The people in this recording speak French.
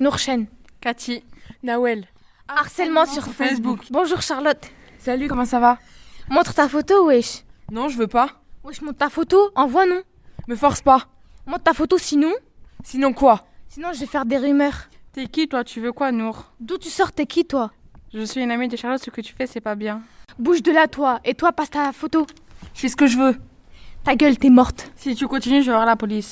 Nourchen. Cathy. Nawel. Harcèlement sur Facebook. Bonjour Charlotte. Salut, comment ça va Montre ta photo, wesh. Non, je veux pas. Wesh, montre ta photo. Envoie, non. Me force pas. Montre ta photo, sinon. Sinon quoi Sinon, je vais faire des rumeurs. T'es qui toi Tu veux quoi, Nour D'où tu sors, t'es qui, toi Je suis une amie de Charlotte, ce que tu fais, c'est pas bien. Bouge de là, toi. Et toi, passe ta photo. Je fais ce que je veux. Ta gueule, t'es morte. Si tu continues, je vais voir la police.